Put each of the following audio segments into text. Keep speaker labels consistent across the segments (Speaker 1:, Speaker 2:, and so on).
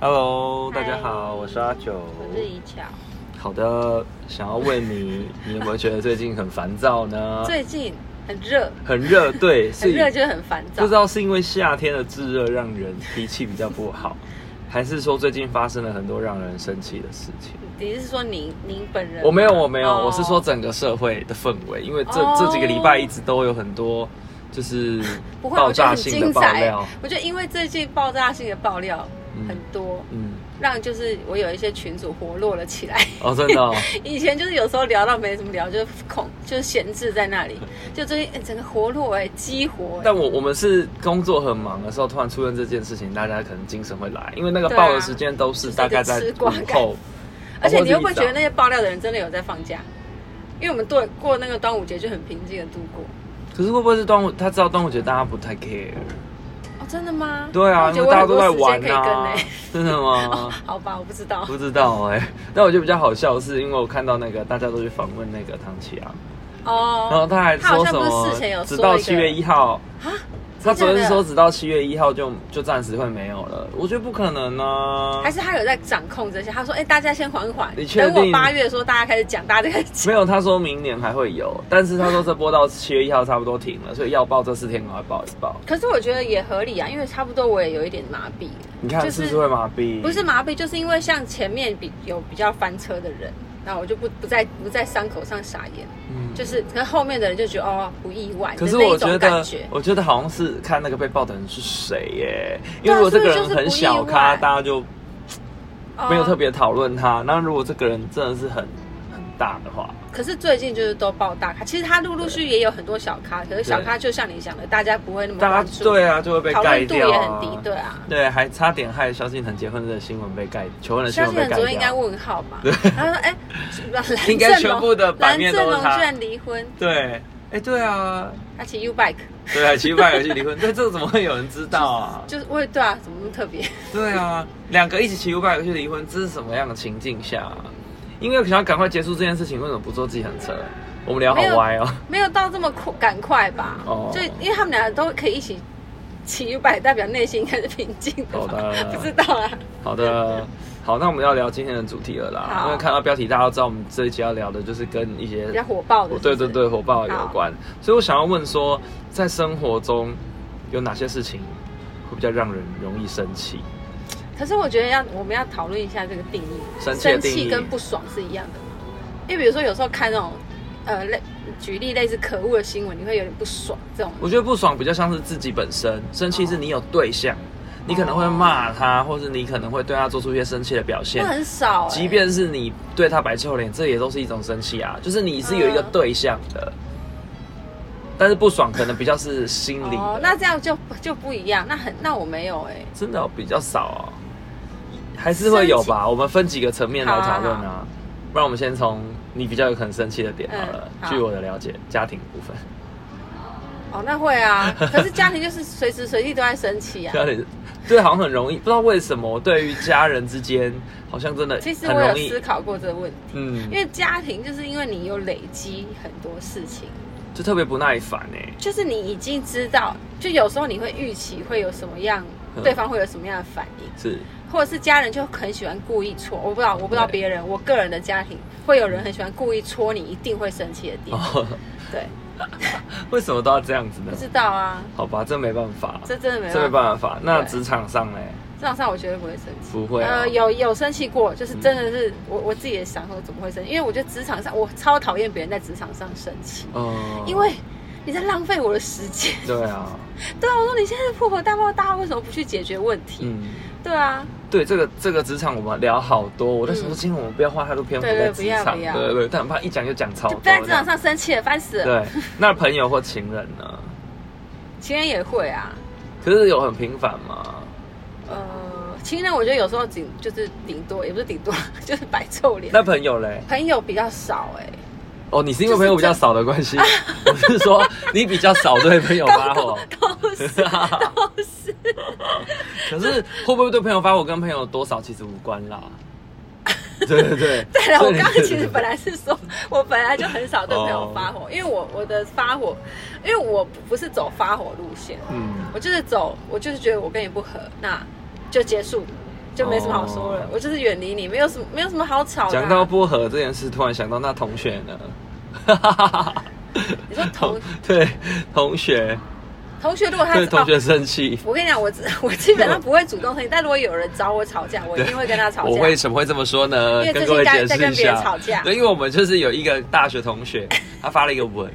Speaker 1: Hello，
Speaker 2: 嗨
Speaker 1: 大家好，我是阿九。
Speaker 2: 我是怡巧。
Speaker 1: 好的，想要问 你，你有没有觉得最近很烦躁呢？
Speaker 2: 最近很热，
Speaker 1: 很热， 对，
Speaker 2: 很
Speaker 1: 啊是
Speaker 2: 热就很烦躁。
Speaker 1: 不知道是因为夏天的炙热让人脾气比较不 好，还是说最近发生了很多让人生气的事情？
Speaker 2: 你是说您您本人吗？
Speaker 1: 我没有，我没有，
Speaker 2: 哦
Speaker 1: 我是说整个社会的氛围，因为这、
Speaker 2: 哦
Speaker 1: 这几个礼拜一直都有很多就是
Speaker 2: 不会，
Speaker 1: 爆
Speaker 2: 我觉
Speaker 1: 炸
Speaker 2: 得很
Speaker 1: 性的
Speaker 2: 精
Speaker 1: 爆
Speaker 2: 彩
Speaker 1: 料，。
Speaker 2: 我觉得因为最近爆炸性的爆料
Speaker 1: 嗯
Speaker 2: 很多，
Speaker 1: 嗯，
Speaker 2: 让就是我有一些群组活络了起来。
Speaker 1: 哦，真的、哦，
Speaker 2: 以前就是有时候聊到没什么聊，就是空就是闲置在 那里，就最近、哎整个活络哎、激活、哎
Speaker 1: 但我我们是工作很忙的时候，突然出现这件事情，大家可能精神会来，因为那个
Speaker 2: 对啊
Speaker 1: 爆的时间都是
Speaker 2: 就是
Speaker 1: 大概在
Speaker 2: 吃
Speaker 1: 午
Speaker 2: 瓜感
Speaker 1: 后，
Speaker 2: 而且你又
Speaker 1: 或
Speaker 2: 不
Speaker 1: 者是
Speaker 2: 会
Speaker 1: 一
Speaker 2: 觉得
Speaker 1: 早
Speaker 2: 那些爆料的人真的有在放假？因为我们对过那个端午节就很平静的度过。
Speaker 1: 可是会不会是端午？他知道端午节大家不太 care，
Speaker 2: 哦，真的吗？
Speaker 1: 对啊，
Speaker 2: 我觉
Speaker 1: 因
Speaker 2: 得
Speaker 1: 为
Speaker 2: 我
Speaker 1: 大家
Speaker 2: 很
Speaker 1: 都
Speaker 2: 多
Speaker 1: 在
Speaker 2: 时间
Speaker 1: 玩
Speaker 2: 可以跟
Speaker 1: 啊
Speaker 2: 欸，
Speaker 1: 真的 吗？
Speaker 2: 好吧，我不知道。
Speaker 1: 不知道哎、但我觉得比较好笑，是因为我看到那个大家都去访问那个唐启阳，
Speaker 2: 哦，
Speaker 1: 然后他还说什
Speaker 2: 他好像不
Speaker 1: 么
Speaker 2: 是事前有
Speaker 1: 直
Speaker 2: 说
Speaker 1: 到
Speaker 2: 一个
Speaker 1: 七月一号，
Speaker 2: 啊，
Speaker 1: 他昨
Speaker 2: 真
Speaker 1: 天
Speaker 2: 的
Speaker 1: 说直到七月一号就就暂时会没有了，我觉得不可能啊
Speaker 2: 还，是他有在掌控这些？他说：“哎、大家先缓缓，
Speaker 1: 你确定
Speaker 2: 等我八月说大家开始讲，大家就开始讲。
Speaker 1: 没有，他说明年还会有，但是他说这波到七月一号差不多停了，所以要报这四天赶快报一报。”
Speaker 2: 可是我觉得也合理啊，因为差不多我也有一点麻痹，
Speaker 1: 你看
Speaker 2: 就是是
Speaker 1: 不是会麻痹？
Speaker 2: 不是麻痹，就是因为像前面比有比较翻车的人，那我就不不在不在伤口上撒盐，
Speaker 1: 嗯
Speaker 2: 就是可能后面的人就觉得哦不意外，
Speaker 1: 可是
Speaker 2: 的那
Speaker 1: 我
Speaker 2: 一种
Speaker 1: 觉
Speaker 2: 感
Speaker 1: 得
Speaker 2: 觉，
Speaker 1: 我觉得好像是看那个被爆的人是谁耶，因
Speaker 2: 对
Speaker 1: 为
Speaker 2: 啊
Speaker 1: 如果这个
Speaker 2: 所以
Speaker 1: 人
Speaker 2: 就是
Speaker 1: 很
Speaker 2: 不
Speaker 1: 小
Speaker 2: 意
Speaker 1: 咖，
Speaker 2: 外
Speaker 1: 大家就没有特
Speaker 2: 别。
Speaker 1: 别讨论他。那如果这个人真的是很很大的话，
Speaker 2: 可是最近就是都爆大咖，其实他陆陆续续也有很多小咖，可是小咖就像你讲的，大家不会那么
Speaker 1: 大
Speaker 2: 关
Speaker 1: 家
Speaker 2: 注，
Speaker 1: 对啊就会被
Speaker 2: 讨
Speaker 1: 盖
Speaker 2: 论度也
Speaker 1: 掉
Speaker 2: 很低
Speaker 1: 啊，。
Speaker 2: 对啊。
Speaker 1: 对，还差点害萧敬腾结婚的新闻被盖，求婚的新
Speaker 2: 相
Speaker 1: 闻被
Speaker 2: 信人
Speaker 1: 盖
Speaker 2: 昨天应该
Speaker 1: 掉。啊
Speaker 2: 问号吧？他说：“哎、
Speaker 1: 应
Speaker 2: 蓝
Speaker 1: 该
Speaker 2: 正
Speaker 1: 全部
Speaker 2: 龙，
Speaker 1: 的版
Speaker 2: 蓝
Speaker 1: 面都是
Speaker 2: 正龙
Speaker 1: 他
Speaker 2: 居然离婚，
Speaker 1: 对，哎，对啊，
Speaker 2: 他骑 U bike，
Speaker 1: 对啊，奇怪，有去离婚，但这怎么会有人知道啊？
Speaker 2: 就是我也对啊，怎么那么特别？
Speaker 1: 对啊，两个一起骑 u b e 去离婚，这是什么样的情境下、啊？因为想要赶快结束这件事情，为什么不坐计程车？我们聊好歪哦。
Speaker 2: 没有到这么快，赶快吧？
Speaker 1: 哦
Speaker 2: 就因为他们俩都可以一起骑 U bike，代表内心应该是平静的
Speaker 1: 好
Speaker 2: 吧？不知
Speaker 1: 的，
Speaker 2: 道啊，
Speaker 1: 好的，好，那我们要聊今天的主题了啦。
Speaker 2: 好
Speaker 1: 因为看到标题，大家都知道我们这一期要聊的就是跟一些
Speaker 2: 比较火爆的，
Speaker 1: 对对，对火爆有关，所以我想要问说，在生活中有哪些事情会比较让人容易生气？
Speaker 2: 可是我觉得要我们要讨论一下这个定义，
Speaker 1: 生气的定义
Speaker 2: 跟不爽是一样的吗？因为比如说有时候看那种，呃，类举例类似可恶的新闻，你会有点不爽这种。
Speaker 1: 我觉得不爽比较像是自己本身，生气是你有对象，
Speaker 2: 哦
Speaker 1: 你可能会骂他，或是你可能会对他做出一些生气的表现
Speaker 2: 那。很少、欸，
Speaker 1: 即便是你对他摆臭脸，这也都是一种生气啊，就是你是有一个对象的，但是不爽可能比较是心理的。
Speaker 2: 嗯哦，那这样就就不一样。那很那我没有哎、
Speaker 1: 真的比较少、哦，还是会有吧？我们分几个层面来讨论
Speaker 2: 好
Speaker 1: 啊，不然我们先从你比较有可能生气的点好了。
Speaker 2: 嗯好
Speaker 1: 据我的了解，家庭部分，
Speaker 2: 哦，那会 啊。可是家庭就是随时随地都在生气啊。
Speaker 1: 家里对好像很容易，不知道为什么，对于家人之间好像真的
Speaker 2: 其实
Speaker 1: 很
Speaker 2: 我有
Speaker 1: 容易
Speaker 2: 思，考过这个问题，
Speaker 1: 嗯
Speaker 2: 因，为家庭就是因为你有累积很多事情，
Speaker 1: 就特别不耐烦哎、
Speaker 2: 就是你已经知道，就有时候你会预期会有什么样，
Speaker 1: 嗯
Speaker 2: 对方会有什么样的反应。
Speaker 1: 是
Speaker 2: 或者是家人就很喜欢故意戳，我不知道，我不知道
Speaker 1: 对
Speaker 2: 别人，我个人的家庭会有人很喜欢故意戳你，一定会生气的点，
Speaker 1: 哦，
Speaker 2: 对，
Speaker 1: 为什么都要这样子呢
Speaker 2: 不？知道啊，
Speaker 1: 好吧，这没办法，
Speaker 2: 这真的没
Speaker 1: 这没
Speaker 2: 办法。
Speaker 1: 办法。那
Speaker 2: 对
Speaker 1: 职场上嘞，
Speaker 2: 这样上我绝对不会生气，
Speaker 1: 不会哦嗯
Speaker 2: 呃，有有生气过，就是真的是、我我自己也想说怎么会生气，因为我觉得职场上我超讨厌别人在职场上生气，
Speaker 1: 哦，
Speaker 2: 因为你在浪费我的时间。
Speaker 1: 对啊，
Speaker 2: 对啊，我说你现在是破口大骂，大家为什么不去解决问题？
Speaker 1: 嗯。
Speaker 2: 对啊，
Speaker 1: 对这个这个职场，我们聊好多。我在想说，今天我们不要花太多篇幅
Speaker 2: 嗯对
Speaker 1: 在
Speaker 2: 对
Speaker 1: 职场，
Speaker 2: 不
Speaker 1: 对
Speaker 2: 要不要
Speaker 1: 对对，但很怕一讲就讲超
Speaker 2: 就
Speaker 1: 多
Speaker 2: 不
Speaker 1: 这
Speaker 2: 在
Speaker 1: 样。
Speaker 2: 职场上生气了，烦死了。
Speaker 1: 对，那朋友或情人呢？
Speaker 2: 情人也会啊，
Speaker 1: 可是有很频繁吗？
Speaker 2: 呃，情人我觉得有时候顶就是顶多也不是顶多， 就是摆臭脸。
Speaker 1: 那朋友嘞？
Speaker 2: 朋友比较少 哎、
Speaker 1: 哦，你是因为朋友比较少的关系，我是说你比较少对朋友 发火。
Speaker 2: 都是都是，
Speaker 1: 可是会不会对朋友发火，跟朋友多少其实无关 啦。对对对。
Speaker 2: 对了，
Speaker 1: 所
Speaker 2: 我
Speaker 1: 以
Speaker 2: 刚刚其实本来是说，我本来就很少对朋友发
Speaker 1: 哦
Speaker 2: 火，因为我我的发火，因为我不是走发火路线，
Speaker 1: 嗯
Speaker 2: 我就是走，我就是觉得我跟你不合，那就结束，就没什么好说了。
Speaker 1: 哦
Speaker 2: 我就是远离你，没有什么没有什么好吵的啊、
Speaker 1: 讲到薄荷这件事，突然想到那同学呢，哈哈哈哈
Speaker 2: 你说同
Speaker 1: 对同学
Speaker 2: 同学，如果他
Speaker 1: 对
Speaker 2: 哦
Speaker 1: 同学生气，
Speaker 2: 我跟你讲，我只 我基本上不会主动生气，但如果有人找我吵架，我一定会跟他吵架。
Speaker 1: 我为什么会这么说呢
Speaker 2: 因为？
Speaker 1: 跟各
Speaker 2: 最近
Speaker 1: 位
Speaker 2: 在
Speaker 1: 解
Speaker 2: 在
Speaker 1: 释
Speaker 2: 跟
Speaker 1: 一
Speaker 2: 别人
Speaker 1: 下
Speaker 2: 吵架，
Speaker 1: 对，因为我们就是有一个大学同 学，他发了一个文，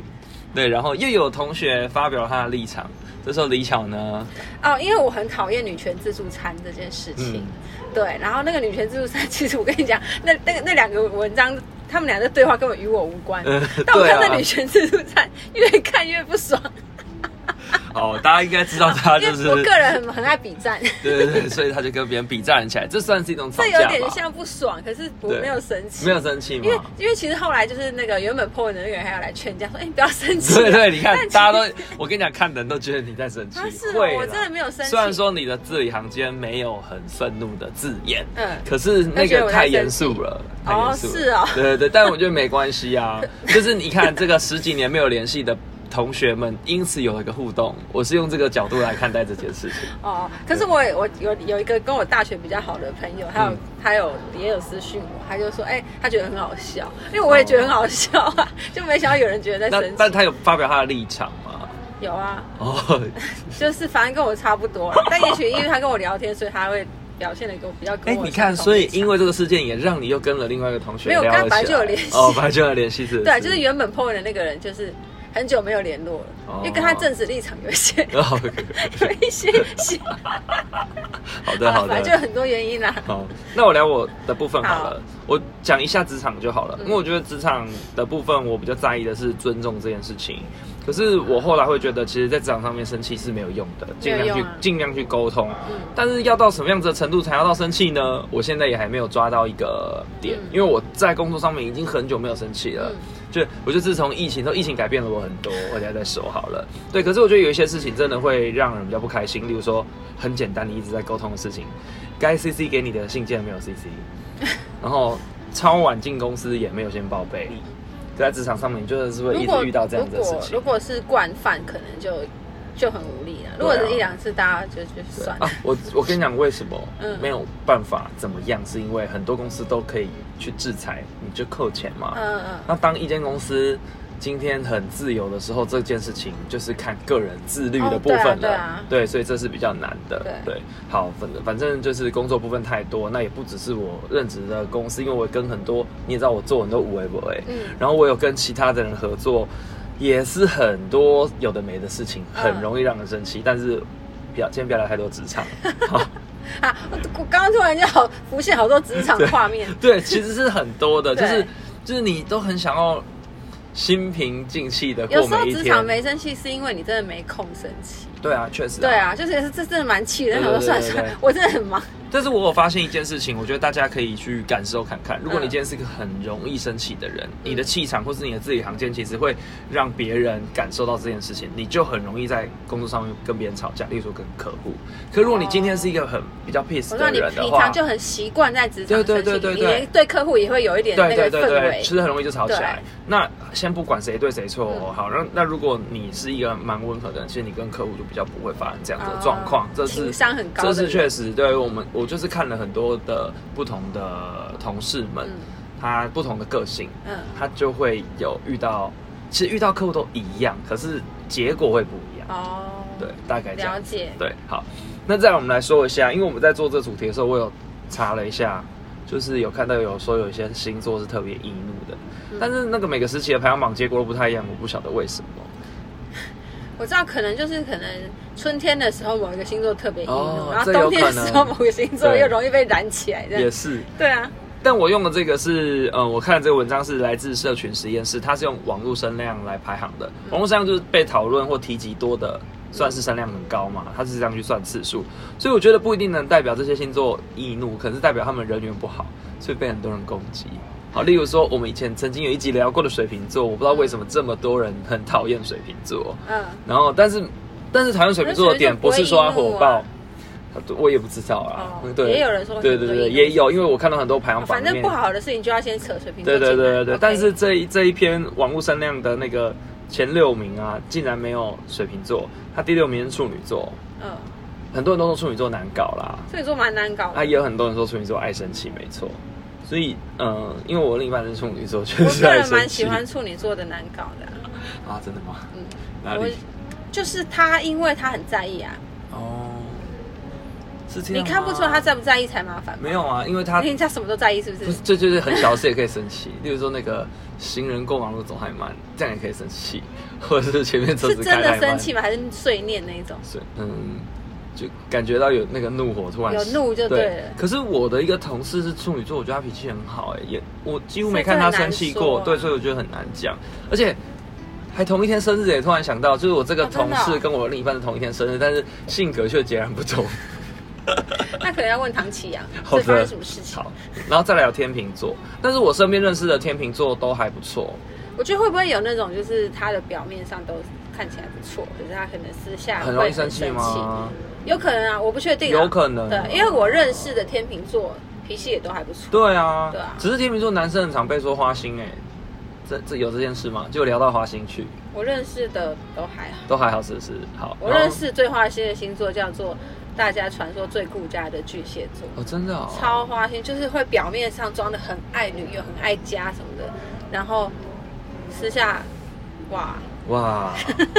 Speaker 1: 对，然后又有同学发表了他的立场。这时候李巧呢，
Speaker 2: 哦，因为我很讨厌女权自助餐这件事情。
Speaker 1: 嗯
Speaker 2: 对，然后那个女权自助餐， 其实我跟你讲，那那个那两个文章，他们俩的对话根本与我无关。
Speaker 1: 呃
Speaker 2: 但我
Speaker 1: 对
Speaker 2: 看
Speaker 1: 啊
Speaker 2: 那女权自助餐，越看越不爽，
Speaker 1: 哦，大家应该知道 他就
Speaker 2: 因
Speaker 1: 是
Speaker 2: 为我个人很很爱比战，
Speaker 1: 对对对，所以他就跟别人比战起来，这算是一种吵
Speaker 2: 这
Speaker 1: 架
Speaker 2: 有点
Speaker 1: 吧？
Speaker 2: 像不爽，可是我
Speaker 1: 对
Speaker 2: 没有生气，啊
Speaker 1: 没有生气吗
Speaker 2: 因为？因为其实后来就是那个原本 po 文的那个人还要来劝架说，哎、你不要生气、啊。
Speaker 1: 对对，你看
Speaker 2: 但，其实
Speaker 1: 大家都，我跟你讲，看人都觉得你在生气
Speaker 2: 啊。是哦
Speaker 1: 会啦
Speaker 2: 我真的没有生气
Speaker 1: 虽然说你的字里行间没有很愤怒的字眼，
Speaker 2: 嗯
Speaker 1: 可是那个太严肃了，太严肃了。
Speaker 2: 哦是哦
Speaker 1: 对对对，但我觉得没关系啊， 就是你看这个十几年没有联系的。同学们因此有了一个互动，我是用这个角度来看待这件事 情。
Speaker 2: 哦，可是我也我有有一个跟我大学比较好的朋友，还有、
Speaker 1: 嗯
Speaker 2: 他有也有私讯我，他就说，哎、他觉得很好笑，因为我也觉得很好笑啊， 就没想到有人觉得在
Speaker 1: 哦那
Speaker 2: 生
Speaker 1: 但
Speaker 2: 气。
Speaker 1: 他有发表他的立场吗？
Speaker 2: 有啊，
Speaker 1: 哦，
Speaker 2: 就是反正跟我差不多啦，但也许因为他跟我聊天，所以他会表现的跟我比较
Speaker 1: 哎、
Speaker 2: 跟我相同
Speaker 1: 你
Speaker 2: 立场。
Speaker 1: 看，所以因为这个事件也让你又跟了另外一个同学
Speaker 2: 没有
Speaker 1: 聊了
Speaker 2: 刚本来
Speaker 1: 起
Speaker 2: 就有
Speaker 1: 来
Speaker 2: 联系
Speaker 1: 哦，本来就有联系是不是？
Speaker 2: 对，啊 就是原本 PO 的那个人，就是很久没有联络了，
Speaker 1: 哦
Speaker 2: 因为跟他政治立场有 一些。
Speaker 1: 然后
Speaker 2: 有一些些，
Speaker 1: 好的好
Speaker 2: 反正就有
Speaker 1: 的，
Speaker 2: 很多原因啦。
Speaker 1: 好，那我聊我的部分好了，
Speaker 2: 好
Speaker 1: 我讲一下职场就好了，
Speaker 2: 嗯
Speaker 1: 因为我觉得职场的部分我比较在意的是尊重这件事情。可是我后来会觉得，其实，在职场上面生气是没有用的，尽
Speaker 2: 没有
Speaker 1: 量去
Speaker 2: 用啊
Speaker 1: 尽量去沟通。
Speaker 2: 嗯
Speaker 1: 但是要到什么样子的程度才要到生气呢？我现在也还没有抓到一个点，
Speaker 2: 嗯
Speaker 1: 因为我在工作上面已经很久没有生气了。
Speaker 2: 嗯
Speaker 1: 就我就自从疫情之后，疫情改变了我很多，我等一下再说好了。对，可是我觉得有一些事情真的会让人比较不开心，例如说很简单你一直在沟通的事情，该 CC 给你的信件没有 CC，然 后超晚进公司也没有先报备，在职场上面你真的是会一
Speaker 2: 嗯如
Speaker 1: 直
Speaker 2: 果
Speaker 1: 遇到这样子的事
Speaker 2: 如
Speaker 1: 情。
Speaker 2: 果如果是惯犯，可能就就很无力了。如果
Speaker 1: 对啊
Speaker 2: 是一两次，大家就就
Speaker 1: 对
Speaker 2: 算了
Speaker 1: 啊。，我我跟你讲为什么
Speaker 2: 嗯
Speaker 1: 没有办法怎么样，是因为很多公司都可以去制裁，你就扣钱嘛。
Speaker 2: 嗯嗯
Speaker 1: 那当一间公司今天很自由的时候，这件事情就是看个人自律的
Speaker 2: 哦
Speaker 1: 部
Speaker 2: 对啊
Speaker 1: 分了。
Speaker 2: 对啊
Speaker 1: 对所以这是比较难的。
Speaker 2: 对
Speaker 1: 好，反正反正就是工作部分太多，那也不只是我任职的公司，因为我跟很多你也知道，我做很多无为不为，
Speaker 2: 嗯
Speaker 1: 然后我有跟其他的人合作，也是很多有的没的事情，
Speaker 2: 嗯
Speaker 1: 很容易让人生气，但是。不要，今天不要聊太多职 场。好，
Speaker 2: 啊，我我刚刚突然就好浮现好多职场画面。
Speaker 1: 对，其实是很多的，就
Speaker 2: 对
Speaker 1: 是就是你都很想要心平静气 的
Speaker 2: 有
Speaker 1: 过
Speaker 2: 时候
Speaker 1: 每一天。
Speaker 2: 职场没生气，是因为你真的没空生气。
Speaker 1: 对啊，确实、
Speaker 2: 对。啊，就是这真的蛮气的。
Speaker 1: 对
Speaker 2: 然后
Speaker 1: 对
Speaker 2: 算
Speaker 1: 对
Speaker 2: 算
Speaker 1: 对，
Speaker 2: 我真的很忙。
Speaker 1: 但是我有发现一件事情，我觉得大家可以去感受看看。如果你
Speaker 2: 嗯
Speaker 1: 今天是个很容易生气的人，你的气场或是你的字里行间，其实会让别人感受到这件事情，你就很容易在工作上面跟别人吵架，例如说跟客户。可如果你今天是一个很比较 peace
Speaker 2: 哦我说
Speaker 1: 的
Speaker 2: 你
Speaker 1: 人的
Speaker 2: 平
Speaker 1: 话
Speaker 2: 常，就很习惯在职场
Speaker 1: 对
Speaker 2: 生
Speaker 1: 对对
Speaker 2: 气，
Speaker 1: 对
Speaker 2: 你
Speaker 1: 对
Speaker 2: 连对客户也会有一点那
Speaker 1: 对对
Speaker 2: 个
Speaker 1: 对
Speaker 2: 氛围
Speaker 1: 对，。其实很容易就吵起来
Speaker 2: 对。
Speaker 1: 那先不管谁对谁错、哦
Speaker 2: 嗯
Speaker 1: 好，那那如果你是一个蛮温和的人，其实你跟客户就比较不会发生这样的状况
Speaker 2: 哦。
Speaker 1: 这是
Speaker 2: 情商很高的
Speaker 1: 这
Speaker 2: 人
Speaker 1: 是确实。对我们，我就是看了很多的不同的同事们，
Speaker 2: 嗯
Speaker 1: 他不同的个性，
Speaker 2: 嗯，
Speaker 1: 他就会有遇到，其实遇到客户都一样，可是结果会不一样。
Speaker 2: 哦，
Speaker 1: 对，大概这样
Speaker 2: 了。解。
Speaker 1: 对，好，那再来我们来说一下，因为我们在做这主题的时候，我有查了一下，就是有看到有说有一些星座是特别易怒的，
Speaker 2: 嗯
Speaker 1: 但是那个每个时期的排行榜结果都不太一样，我不晓得为什么。
Speaker 2: 我知道，可能就是可能春天的时候某一个星座特别易怒，
Speaker 1: 哦
Speaker 2: 然后
Speaker 1: 这有
Speaker 2: 冬天的
Speaker 1: 可能
Speaker 2: 时候某个星座
Speaker 1: 对
Speaker 2: 又容易被燃起来，这
Speaker 1: 也
Speaker 2: 样
Speaker 1: 是，
Speaker 2: 对啊，
Speaker 1: 但我用的这个是，呃，我看的这个文章是来自社群实验室，它是用网络声量来排行的。网络声量就是被讨论或提及多的，算是声量很高嘛，它是这样去算次数。所以我觉得不一定能代表这些星座易怒，可能是代表他们人缘不好，所以被很多人攻击。好，例如说我们以前曾经有一集聊过的水瓶座，我不知道为什么这么多人很讨厌水瓶座。
Speaker 2: 嗯，
Speaker 1: 然后，但是，但是讨厌水瓶座的点不是说他火爆，我也不知道啊。
Speaker 2: 哦
Speaker 1: 对，
Speaker 2: 也有人说
Speaker 1: 对对
Speaker 2: 很多
Speaker 1: 对，
Speaker 2: 易怒
Speaker 1: 也有，因为我看到很多排行榜
Speaker 2: 哦反
Speaker 1: 里面，
Speaker 2: 正不好的事情就要先扯水瓶座
Speaker 1: 对对
Speaker 2: 进
Speaker 1: 对
Speaker 2: 来
Speaker 1: 对对，
Speaker 2: OK
Speaker 1: 但是这一这一篇网络声量的那个前六名啊，竟然没有水瓶座，他第六名是处女座，
Speaker 2: 嗯，
Speaker 1: 很多人都说处女座难搞啦，
Speaker 2: 所以说蛮难搞的。
Speaker 1: 啊，也有很多人说处女座爱生气，没错。所以，嗯，因为我另一半是啊处女座，确
Speaker 2: 我
Speaker 1: 实
Speaker 2: 个
Speaker 1: 爱
Speaker 2: 人
Speaker 1: 生
Speaker 2: 蛮
Speaker 1: 气
Speaker 2: 喜欢处女座的难搞的啊、
Speaker 1: 啊，真的吗？
Speaker 2: 嗯，
Speaker 1: 哪
Speaker 2: 我
Speaker 1: 里？
Speaker 2: 就是他，因为他很在意啊，
Speaker 1: 哦，是这
Speaker 2: 你
Speaker 1: 样吗。
Speaker 2: 看不出他在不在意才麻烦吧。
Speaker 1: 没有啊，因为他
Speaker 2: 人家什么都在意，是不
Speaker 1: 不
Speaker 2: 是
Speaker 1: 是，？这就是很小的事也可以生气。例如说那个行人过马路走太慢，这样也可以生气，或者是前面车
Speaker 2: 是
Speaker 1: 子
Speaker 2: 真
Speaker 1: 开
Speaker 2: 的
Speaker 1: 太
Speaker 2: 生
Speaker 1: 慢，
Speaker 2: 气吗？还是碎念那一种？
Speaker 1: 是嗯，就感觉到有那个怒火突然
Speaker 2: 有怒就对了
Speaker 1: 可是我的一个同事是处女座，我觉得他脾气很好、哎，也我几乎没
Speaker 2: 所以这
Speaker 1: 看他
Speaker 2: 很难
Speaker 1: 生气
Speaker 2: 说
Speaker 1: 过，
Speaker 2: 啊
Speaker 1: 对，所以我觉得很难讲，而且。还同一天生日也突然想到，就是我这个
Speaker 2: 哦真
Speaker 1: 同
Speaker 2: 的哦
Speaker 1: 事跟我另一半是同一天生日，但是性格却截然不同。
Speaker 2: 那可能要问唐琪啊，
Speaker 1: 好
Speaker 2: 这
Speaker 1: 的
Speaker 2: 发生什么事情？
Speaker 1: 好，然后再来有天秤座，但是我身边认识的天秤座都还不错，
Speaker 2: 我觉得会不会有那种，就是他的表面上都看起来不错，可是他可能私下
Speaker 1: 很容易
Speaker 2: 会
Speaker 1: 生气？吗？
Speaker 2: 有可能啊，我不确定、啊。
Speaker 1: 有可能
Speaker 2: 对，因为我认识的天秤座脾气也都还不错。
Speaker 1: 对啊，
Speaker 2: 对啊
Speaker 1: 只是天秤座男生很常被说花心哎、这这有这件事吗？就聊到花心去，
Speaker 2: 我认识的都还好。
Speaker 1: 都还好，是不是？好，
Speaker 2: 我
Speaker 1: 然后
Speaker 2: 认识最花心的星座叫做大家传说最顾家的巨蟹座，
Speaker 1: 哦，真的哦，
Speaker 2: 超花心，就是会表面上装的很爱女友、很爱家什么的，然后私下哇，
Speaker 1: 哇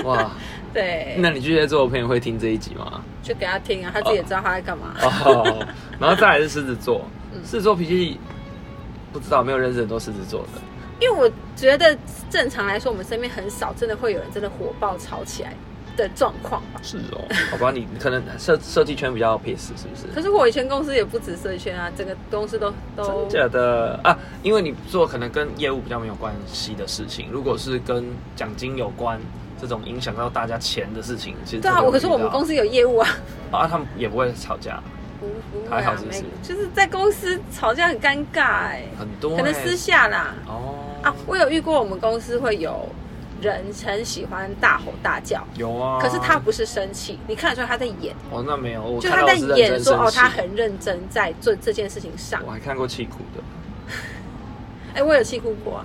Speaker 1: 哇，
Speaker 2: 对，
Speaker 1: 那你巨蟹座的朋友会听这一集吗？
Speaker 2: 就给他听啊，他自己也知道他在干嘛。
Speaker 1: 哦，然后再来是狮子座，
Speaker 2: 嗯
Speaker 1: 狮子座脾气不知道，没有认识很多狮子座的。
Speaker 2: 因为我觉得正常来说，我们身边很少真的会有人真的火爆吵起来的状况吧。
Speaker 1: 是哦，好吧，你你可能设设计圈比较 peace，是不是？
Speaker 2: 可是我以前公司也不止社圈啊，整个公司都都
Speaker 1: 真假的啊？因为你做可能跟业务比较没有关系的事情，如果是跟奖金有关这种影响到大家钱的事情，其实
Speaker 2: 对啊。我可是我们公
Speaker 1: 司
Speaker 2: 司有业务啊，
Speaker 1: 啊，他们也不会吵架，
Speaker 2: 不不会
Speaker 1: 还好
Speaker 2: 啊
Speaker 1: 是，不
Speaker 2: 没
Speaker 1: 是
Speaker 2: 就是在公司吵架很尴尬哎、
Speaker 1: 很多、欸、
Speaker 2: 可能私下啦。
Speaker 1: 哦
Speaker 2: 啊，我有遇过，我们公司会有人很喜欢大吼大叫，
Speaker 1: 有啊，
Speaker 2: 可是他不是生气，你看得出来他在演，
Speaker 1: 哦那没有，我
Speaker 2: 就
Speaker 1: 看
Speaker 2: 他
Speaker 1: 到
Speaker 2: 在
Speaker 1: 是认
Speaker 2: 演
Speaker 1: 真
Speaker 2: 说
Speaker 1: 生
Speaker 2: 哦，
Speaker 1: 气
Speaker 2: 他很认真在做这件事情上
Speaker 1: 我。还看过气哭的，
Speaker 2: 哎、我有气哭过、啊，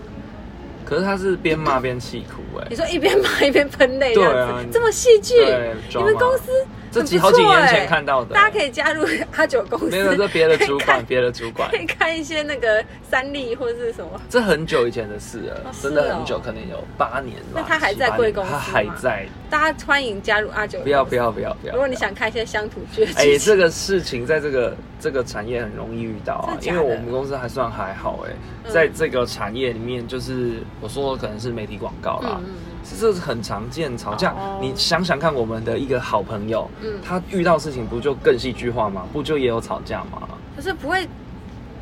Speaker 1: 可是他是边骂边气哭哎、
Speaker 2: 你说一边骂一边喷泪这
Speaker 1: 对啊
Speaker 2: 样子，这么戏剧，
Speaker 1: 对
Speaker 2: 你们
Speaker 1: drama
Speaker 2: 公司
Speaker 1: 这
Speaker 2: 很
Speaker 1: 几
Speaker 2: 不
Speaker 1: 好几
Speaker 2: 错
Speaker 1: 年
Speaker 2: 哎
Speaker 1: 前看到的，
Speaker 2: 大家可以加入阿九公司，
Speaker 1: 没有这别的主
Speaker 2: 可以
Speaker 1: 管，
Speaker 2: 看
Speaker 1: 别的主管
Speaker 2: 可，以看一些那个三立或是什么。
Speaker 1: 这很久以前的事了，
Speaker 2: 哦是
Speaker 1: 真的很
Speaker 2: 哦
Speaker 1: 久，可能有八年吧。
Speaker 2: 那他还
Speaker 1: 七八
Speaker 2: 在贵
Speaker 1: 年
Speaker 2: 公司
Speaker 1: 他还
Speaker 2: 吗
Speaker 1: 在，
Speaker 2: 大家欢迎加入阿九。
Speaker 1: 不要不。要不要不要！
Speaker 2: 如果你想看一些乡土剧，
Speaker 1: 哎、这个事情在这个这个产业很容易遇到啊，因
Speaker 2: 真的假的
Speaker 1: 为我们公司还算还好哎、
Speaker 2: 嗯
Speaker 1: 在这个产业里面，就是我说可能是媒体广告啦。
Speaker 2: 嗯嗯嗯
Speaker 1: 是这是很常见吵架
Speaker 2: 哦
Speaker 1: 你想想看，我们的一个好朋友，
Speaker 2: 嗯
Speaker 1: 他遇到事情不就更戏剧化吗？不就也有吵架吗？
Speaker 2: 可是不会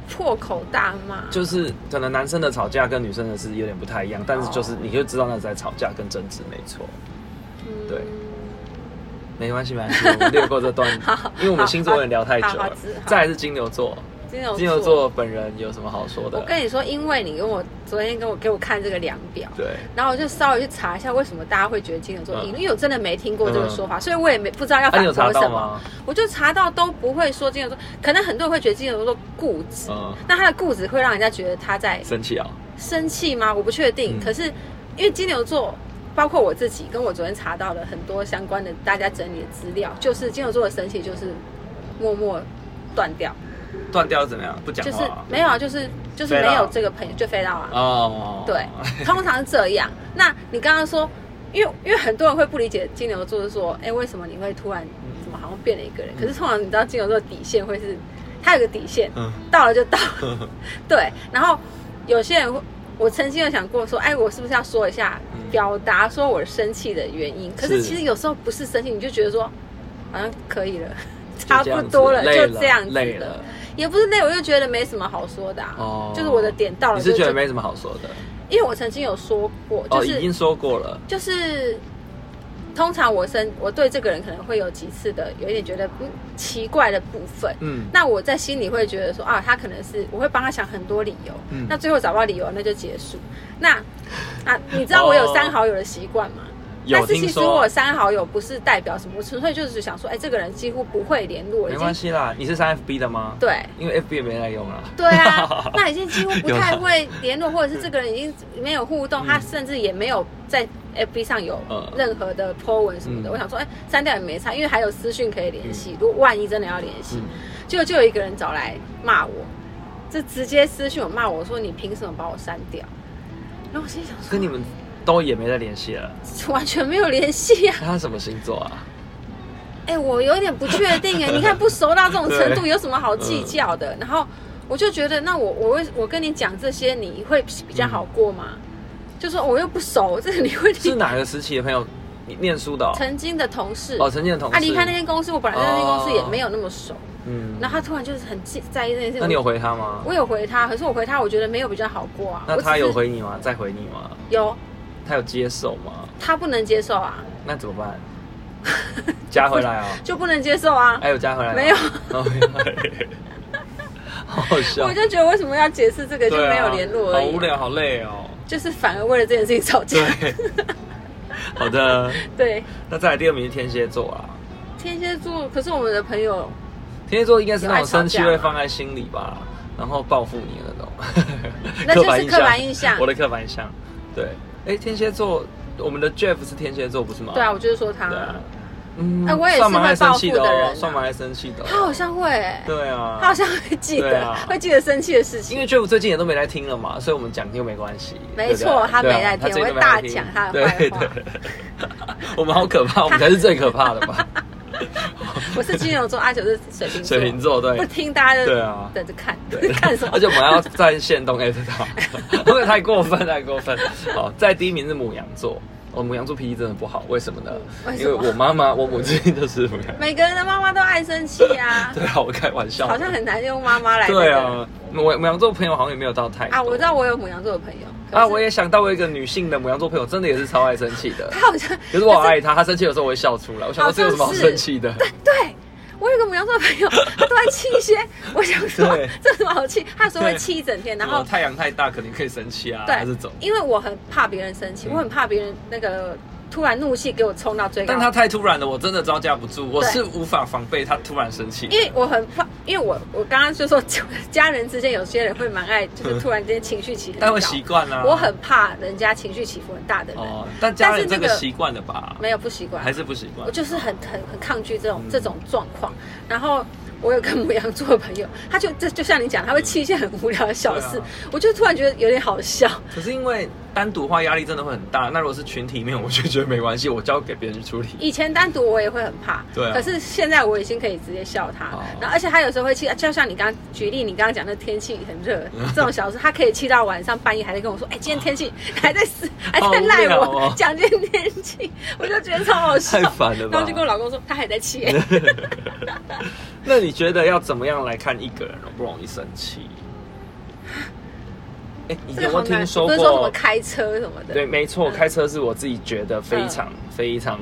Speaker 2: 破口大骂，
Speaker 1: 就是可能男生的吵架跟女生的是有点不太一样，但是就是你就知道那是在吵架跟争执，没错。
Speaker 2: 嗯
Speaker 1: 对没关系，没关系，我们略过这段
Speaker 2: 好，
Speaker 1: 因为我们星座也聊太久
Speaker 2: 好好
Speaker 1: 了
Speaker 2: 好好。
Speaker 1: 再来是金牛座，
Speaker 2: 金牛
Speaker 1: 金牛座本人有什么好说的？
Speaker 2: 我跟你说，因为你跟我昨天跟我给我看这个量表，
Speaker 1: 对，
Speaker 2: 然后我就稍微去查一下为什么大家会觉得金牛座阴，
Speaker 1: 嗯
Speaker 2: 因为我真的没听过这个说法，所以我也没不知道要
Speaker 1: 啊，
Speaker 2: 反
Speaker 1: 你有查
Speaker 2: 驳
Speaker 1: 到
Speaker 2: 什么。
Speaker 1: 吗？
Speaker 2: 我就查到都不会说金牛座，可能很多人会觉得金牛座固执，
Speaker 1: 嗯，
Speaker 2: 那他的固执会让人家觉得他在
Speaker 1: 生气啊？
Speaker 2: 生气吗？我不确定。
Speaker 1: 嗯
Speaker 2: 可是因为金牛座，包括我自己，跟我昨天查到了很多相关的大家整理的资料，就是金牛座的生气就是默默断掉，
Speaker 1: 断掉怎么样？不讲
Speaker 2: 就是
Speaker 1: 话啊？
Speaker 2: 没有啊，就是就是
Speaker 1: 飞到
Speaker 2: 没有这个朋友就飞到啊。
Speaker 1: 哦，
Speaker 2: 对，通常是这样。那你刚刚说，因为因为很多人会不理解金牛座，是说，哎，为什么你会突然怎么好像变了一个人？可是通常你知道金牛座的底线会是，它有个底线，
Speaker 1: 嗯，
Speaker 2: 到了就到了。 对，然后有些人会，我曾经有想过说，哎，我是不是要说一下，
Speaker 1: 嗯
Speaker 2: 表达说我生气的原因？可是
Speaker 1: 是
Speaker 2: 其实有时候不是生气，你就觉得说，好像可以了，
Speaker 1: 就
Speaker 2: 差
Speaker 1: 这样
Speaker 2: 不
Speaker 1: 子
Speaker 2: 多了，
Speaker 1: 累
Speaker 2: 就这样子
Speaker 1: 累了。
Speaker 2: 也不是累，我就觉得没什么好说的、啊。
Speaker 1: 哦
Speaker 2: 就是我的点到了
Speaker 1: 你
Speaker 2: 就是
Speaker 1: 觉
Speaker 2: 就
Speaker 1: 得没什么好说的？
Speaker 2: 因为我曾经有说过，就
Speaker 1: 哦，
Speaker 2: 是、
Speaker 1: 已经说过了。
Speaker 2: 就是通常我生我对这个人可能会有几次的有一点觉得嗯奇怪的部分。
Speaker 1: 嗯，
Speaker 2: 那我在心里会觉得说啊，他可能是我会帮他想很多理由，
Speaker 1: 嗯
Speaker 2: 那最后找不到理由，那就结束。那啊，你知道我有删好友的习惯吗？但
Speaker 1: 有
Speaker 2: 是
Speaker 1: 听
Speaker 2: 其实
Speaker 1: 说
Speaker 2: 我，删好友不是代表什么，我纯粹就是想说，哎、这个人几乎不会联络，
Speaker 1: 没
Speaker 2: 已
Speaker 1: 关
Speaker 2: 经
Speaker 1: 系啦。你是三 FB 的吗？，
Speaker 2: 对。
Speaker 1: 因为 FB 也没来用啦。
Speaker 2: 对 啊，那已经几乎不
Speaker 1: 有啦
Speaker 2: 太会联络，或者是这个人已经没有互
Speaker 1: 嗯
Speaker 2: 动，他甚至也没有在 FB 上有
Speaker 1: 嗯
Speaker 2: 任何的 po 文什么
Speaker 1: 嗯
Speaker 2: 的，我想说，哎、删掉也没差，因为还有私讯可以联系。如果万一真的要联系，
Speaker 1: 嗯
Speaker 2: 结果就有一个人找来骂我，就直接私讯我骂我说你凭什么把我删掉？然后我心里想说，
Speaker 1: 跟你们都也没在联系了。
Speaker 2: 完全没有联系啊！
Speaker 1: 那他什么星座啊？
Speaker 2: 哎、我有点不确定 哎，你看不熟到这种程度，
Speaker 1: 对嗯
Speaker 2: 有什么好计较的？然后我就觉得，那我我为我跟你讲这些，你会比较好过吗？就说我又不熟，这个你会
Speaker 1: 嗯是哪个时期的朋友？你念书的哦
Speaker 2: 曾经的同事
Speaker 1: 哦，陈建的同事。
Speaker 2: 啊，离开那间公司，我本来在那间公司也没有那么熟，
Speaker 1: 嗯，
Speaker 2: 然后他突然就是很记在意这件事。
Speaker 1: 哦那你有
Speaker 2: 我
Speaker 1: 回他吗？
Speaker 2: 我有回他，可是我回他，我觉得没有比较好过啊。
Speaker 1: 那
Speaker 2: 我
Speaker 1: 他
Speaker 2: 只是
Speaker 1: 有回你吗？再回你吗？
Speaker 2: 有，
Speaker 1: 他有接受吗？
Speaker 2: 他不能接受啊，
Speaker 1: 那怎么办？加回来 哦。
Speaker 2: 就不能接受啊。
Speaker 1: 还有加回来吗
Speaker 2: 没有
Speaker 1: OK 好好笑。
Speaker 2: 我就觉得为什么要解释这个，就
Speaker 1: 对啊
Speaker 2: 没有联络
Speaker 1: 好
Speaker 2: 而已
Speaker 1: 无，聊，好累哦。
Speaker 2: 就是反而为了这件事情吵架。
Speaker 1: 对，好的。
Speaker 2: 对，
Speaker 1: 那再来第二名是天蝎座啊，
Speaker 2: 天蝎座，可是我们的朋友
Speaker 1: 天蝎座应该是那种生气
Speaker 2: 有
Speaker 1: 会
Speaker 2: 爱吵架吗
Speaker 1: 放在心里吧，然后报复你的那种
Speaker 2: 。那就是刻板
Speaker 1: 板
Speaker 2: 印象
Speaker 1: 我的刻板印象。对，哎，天蝎座，我们的 Jeff 是天蝎座不是吗？
Speaker 2: 对啊，我就是说他，
Speaker 1: 对啊，嗯
Speaker 2: 哎我也是
Speaker 1: 算蛮爱生气的
Speaker 2: 会报复的人啊
Speaker 1: 哦，算蛮爱生气的哦。
Speaker 2: 他好像会、欸
Speaker 1: 对啊，
Speaker 2: 他好像会记
Speaker 1: 对
Speaker 2: 得，
Speaker 1: 啊
Speaker 2: 会记得生气的事
Speaker 1: 因
Speaker 2: 情。
Speaker 1: 为 Jeff 最近也都没来听了嘛，所以我们讲又没关系。
Speaker 2: 没
Speaker 1: 对不对
Speaker 2: 错他没
Speaker 1: 对啊
Speaker 2: 来听
Speaker 1: 他最近都
Speaker 2: 我会
Speaker 1: 没来
Speaker 2: 大
Speaker 1: 听
Speaker 2: 讲他的
Speaker 1: 对
Speaker 2: 坏话
Speaker 1: 对 我们好可怕，我们才是最可怕的吧？
Speaker 2: 我是金牛座，阿九是水瓶座，
Speaker 1: 水瓶座对
Speaker 2: 不听大家就
Speaker 1: 对啊
Speaker 2: 等着看，
Speaker 1: 对
Speaker 2: 看什 么？
Speaker 1: 而且我们还要在线动 A 他，会不会太过分？太过分！好，在第一名是母羊座。哦，母羊座脾气真的不好，为什么呢？
Speaker 2: 为什
Speaker 1: 因
Speaker 2: 么
Speaker 1: 为我妈妈，我母亲就是母羊。，
Speaker 2: 每个人的妈妈都爱生气啊
Speaker 1: 对啊，我开玩笑的。
Speaker 2: 好像很难用妈妈来、那个
Speaker 1: 对啊，母母羊座朋友好像也没有到太多
Speaker 2: 啊，我知道我有母羊座的朋友
Speaker 1: 啊，我
Speaker 2: 也，
Speaker 1: 也想到我一个女性的母羊座朋友，真的也是超爱生气 的。
Speaker 2: 他好像
Speaker 1: 可是我好爱她，她生气的时候我会笑出来。我想说这有什么好生气的？
Speaker 2: 对。我有一个母羊座的朋友，他都在气一些，我想说
Speaker 1: 对
Speaker 2: 这有什么好气？他有时候会
Speaker 1: 对
Speaker 2: 气一整天，然
Speaker 1: 然
Speaker 2: 后
Speaker 1: 后太阳太大，肯定可以生气啊，
Speaker 2: 对，
Speaker 1: 还是走。
Speaker 2: 因为我很怕别人生气，
Speaker 1: 嗯
Speaker 2: 我很怕别人那个突然怒气给我冲到最高。
Speaker 1: 但她太突然了，我真的招架不住，我
Speaker 2: 对
Speaker 1: 是无法防备她突然生气的。
Speaker 2: 因为我很怕，因为我我刚刚就说家人之间有些人会蛮爱，就是突然间情绪起伏
Speaker 1: 但
Speaker 2: 很
Speaker 1: 会
Speaker 2: 高
Speaker 1: 习。惯啦。
Speaker 2: 我很怕人家情绪起伏很大的人，
Speaker 1: 哦，但家人
Speaker 2: 但是那
Speaker 1: 这
Speaker 2: 个
Speaker 1: 个习惯了吧？
Speaker 2: 没有不习惯，
Speaker 1: 还是不习
Speaker 2: 我
Speaker 1: 惯？
Speaker 2: 就是很很很抗拒这种、
Speaker 1: 嗯
Speaker 2: 这种状况。然后我有跟母羊座的朋友，他就就就像你讲，他会气一些很无聊的小事，
Speaker 1: 对啊
Speaker 2: 我就突然觉得有点好笑。
Speaker 1: 可是因为单独的话压力真的会很大。那如果是群体面，我就觉得没关系，我交给别人去处理。
Speaker 2: 以前单独我也会很怕，
Speaker 1: 对啊
Speaker 2: 可是现在我已经可以直接笑他
Speaker 1: 哦，
Speaker 2: 然后而且他有时候会气，啊就像你刚刚举例，你刚刚讲的天气很热 这种小事，他可以气到晚上半夜还在跟我说，哎，今 天天气还在
Speaker 1: 哦
Speaker 2: 死，还在赖
Speaker 1: 好无聊
Speaker 2: 我
Speaker 1: 哦
Speaker 2: 讲今天天气，我就觉得超好笑，
Speaker 1: 太烦了吧
Speaker 2: 然后就跟我老公说，他还在气，
Speaker 1: 那你觉得要怎么样来看一个人容不容易生气？哎、你
Speaker 2: 啊这
Speaker 1: 有没
Speaker 2: 个好
Speaker 1: 有
Speaker 2: 难，
Speaker 1: 听说
Speaker 2: 不是说什么
Speaker 1: 过？
Speaker 2: 开车什么的，
Speaker 1: 对，没错，
Speaker 2: 嗯
Speaker 1: 开车是我自己觉得非常、非常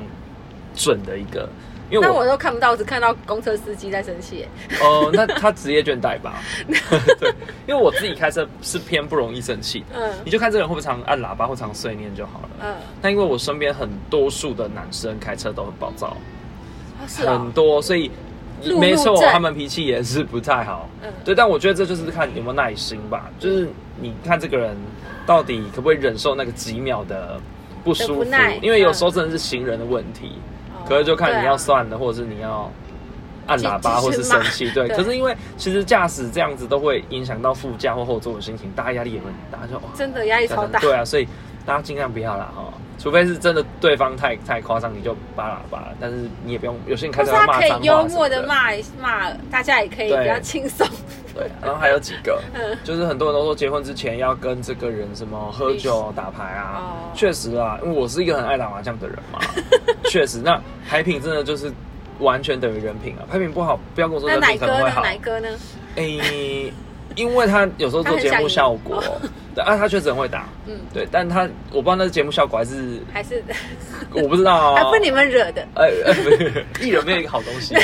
Speaker 1: 准的一个，因为
Speaker 2: 但
Speaker 1: 我
Speaker 2: 我都看不到，我只看到公车司机在生气，
Speaker 1: 哦，那他职业倦怠 吧？ 对，因为我自己开车是偏不容易生气的，
Speaker 2: 嗯
Speaker 1: 你就看这个人会不会常按喇叭或常碎念就好了。
Speaker 2: 嗯，
Speaker 1: 那因为我身边很多数的男生开车都很暴躁，
Speaker 2: 哦是
Speaker 1: 很
Speaker 2: 哦，
Speaker 1: 多，所以
Speaker 2: 路怒
Speaker 1: 没错，
Speaker 2: 症
Speaker 1: 他们脾气也是不太好。
Speaker 2: 嗯
Speaker 1: 对，但我觉得这就是看你有没有耐心吧，就是你看这个人到底可不可以忍受那个几秒的不舒
Speaker 2: 的
Speaker 1: 服
Speaker 2: 不耐，嗯
Speaker 1: 因为有时候真的是行人的问题，可是就看你要
Speaker 2: 算，
Speaker 1: 算了，或者是你要。按喇叭
Speaker 2: 继
Speaker 1: 或
Speaker 2: 继续
Speaker 1: 是生气，对，
Speaker 2: 对
Speaker 1: 可是因为其实驾驶这样子都会影响到副驾或后座的心情，大家压力也会很大，就哦
Speaker 2: 真的压力超大，
Speaker 1: 对啊，所以大家尽量不要啦哈、哦，除非是真的对方太太夸张，你就扒喇叭。但是你也不用，有些人
Speaker 2: 可
Speaker 1: 开
Speaker 2: 是
Speaker 1: 车
Speaker 2: 他
Speaker 1: 要骂
Speaker 2: 可
Speaker 1: 脏话
Speaker 2: 以幽默
Speaker 1: 什
Speaker 2: 的
Speaker 1: 么。
Speaker 2: 骂一骂，大家也可以
Speaker 1: 对
Speaker 2: 比较轻松。
Speaker 1: 对，啊然后还有几个
Speaker 2: 嗯，
Speaker 1: 就是很多人都说结婚之前要跟这个人什么喝酒、打牌
Speaker 2: 哦
Speaker 1: 啊。确实啊，因为我是一个很爱打麻将的人 嘛，确实。那牌品真的就是完全等于人品啊，牌品不好，不要跟我说
Speaker 2: 那
Speaker 1: 人
Speaker 2: 奶
Speaker 1: 品
Speaker 2: 哥
Speaker 1: 可能会
Speaker 2: 呢？
Speaker 1: 好。
Speaker 2: 奶哥呢？
Speaker 1: 诶、因为他有时候做节目效果，对啊，他确实很会打，
Speaker 2: 哦嗯，
Speaker 1: 对，但他我不知道那是节目效果还是
Speaker 2: 还是
Speaker 1: 我不知道、啊，
Speaker 2: 还不你们惹的？
Speaker 1: 哎，哎不是 艺人没有一个好东西，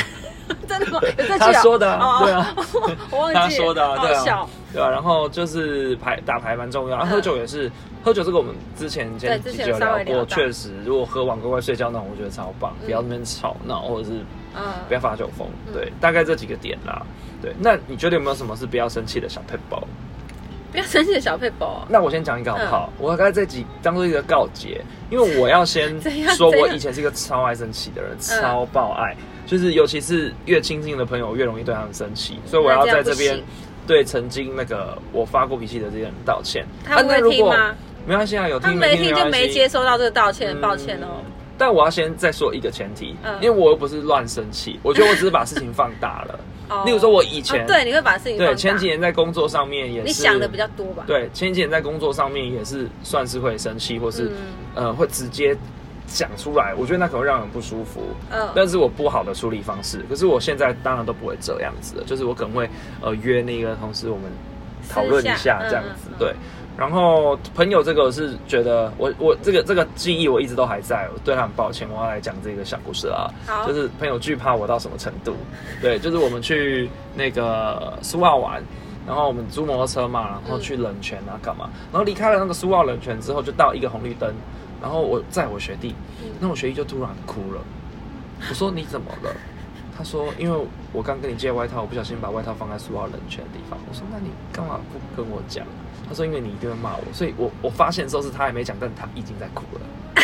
Speaker 2: 真的吗？有这句
Speaker 1: 他
Speaker 2: 哦
Speaker 1: 说的啊
Speaker 2: 哦
Speaker 1: 对啊
Speaker 2: 哦 我 忘记了
Speaker 1: 他说的、
Speaker 2: 好
Speaker 1: 啊，
Speaker 2: 好
Speaker 1: 对啊
Speaker 2: 笑。，嗯
Speaker 1: 对啊，然后就是牌打牌蛮重要，然后喝酒也是，喝酒这个我们之前前
Speaker 2: 对
Speaker 1: 几集
Speaker 2: 之前
Speaker 1: 有
Speaker 2: 稍
Speaker 1: 聊
Speaker 2: 微聊
Speaker 1: 过，
Speaker 2: 到
Speaker 1: 确实，如果喝完乖乖睡觉那种，我觉得超棒，
Speaker 2: 嗯
Speaker 1: 不要那边吵闹或者是不要
Speaker 2: 嗯，
Speaker 1: 发酒疯，
Speaker 2: 嗯
Speaker 1: 对，大概这几个点啦，对，那你觉得有没有什么是不要生气的小 p e
Speaker 2: 不要生气的小佩宝、啊
Speaker 1: 那我先讲一个好不好？
Speaker 2: 嗯
Speaker 1: 我刚才这集当做一个告解，因为我要先
Speaker 2: 怎样
Speaker 1: 说，我
Speaker 2: 怎样
Speaker 1: 以前是一个超爱生气的人，超爆爱，就是尤其是越亲近的朋友越容易对他们生气，所以我要在这
Speaker 2: 那这样
Speaker 1: 边
Speaker 2: 不
Speaker 1: 对曾经那个我发过脾气的这些人道歉。
Speaker 2: 他不
Speaker 1: 啊那
Speaker 2: 会
Speaker 1: 如
Speaker 2: 听
Speaker 1: 果
Speaker 2: 吗？
Speaker 1: 没关系啊，有
Speaker 2: 他
Speaker 1: 听
Speaker 2: 没
Speaker 1: 听
Speaker 2: 听就没
Speaker 1: 关系
Speaker 2: 接收到这个道歉，
Speaker 1: 嗯
Speaker 2: 抱歉哦。
Speaker 1: 但我要先再说一个前提，
Speaker 2: 嗯
Speaker 1: 因为我又不是乱生气，我觉得我只是把事情放大了。
Speaker 2: 哦
Speaker 1: 例如说，我以前、
Speaker 2: 啊对，你会把事情放
Speaker 1: 对
Speaker 2: 大
Speaker 1: 前几年在工作上面也是，
Speaker 2: 你想的比较多吧？
Speaker 1: 对前几年在工作上面也是算是会生气，或是、
Speaker 2: 嗯
Speaker 1: 呃会直接讲出来，我觉得那可能会让人不舒服。
Speaker 2: 嗯
Speaker 1: 但是我不好的处理方式，可是我现在当然都不会这样子了，就是我可能会呃约那个同事我们讨论一
Speaker 2: 私下
Speaker 1: 下
Speaker 2: 嗯
Speaker 1: 这样子
Speaker 2: 嗯嗯，
Speaker 1: 对。然后朋友这个我是觉得我我这个这个记忆我一直都还在，我对他很抱歉，我要来讲这个小故事啊。
Speaker 2: 好，
Speaker 1: 就是朋友惧怕我到什么程度。对，就是我们去那个苏澳玩，然后我们租摩托车嘛，然后
Speaker 2: 嗯
Speaker 1: 去冷泉啊干嘛，然后离开了那个苏澳冷泉之后，就到一个红绿灯，然后我载我学弟
Speaker 2: 嗯，
Speaker 1: 那我学弟就突然哭了，我说你怎么了？他说：“因为我刚跟你借外套，我不小心把外套放在苏澳冷泉的地方。”我说：“那你干嘛不跟我讲？”他说：“因为你一定会骂我。”所以我，我发现的时候是他还没讲，但他已经在哭了。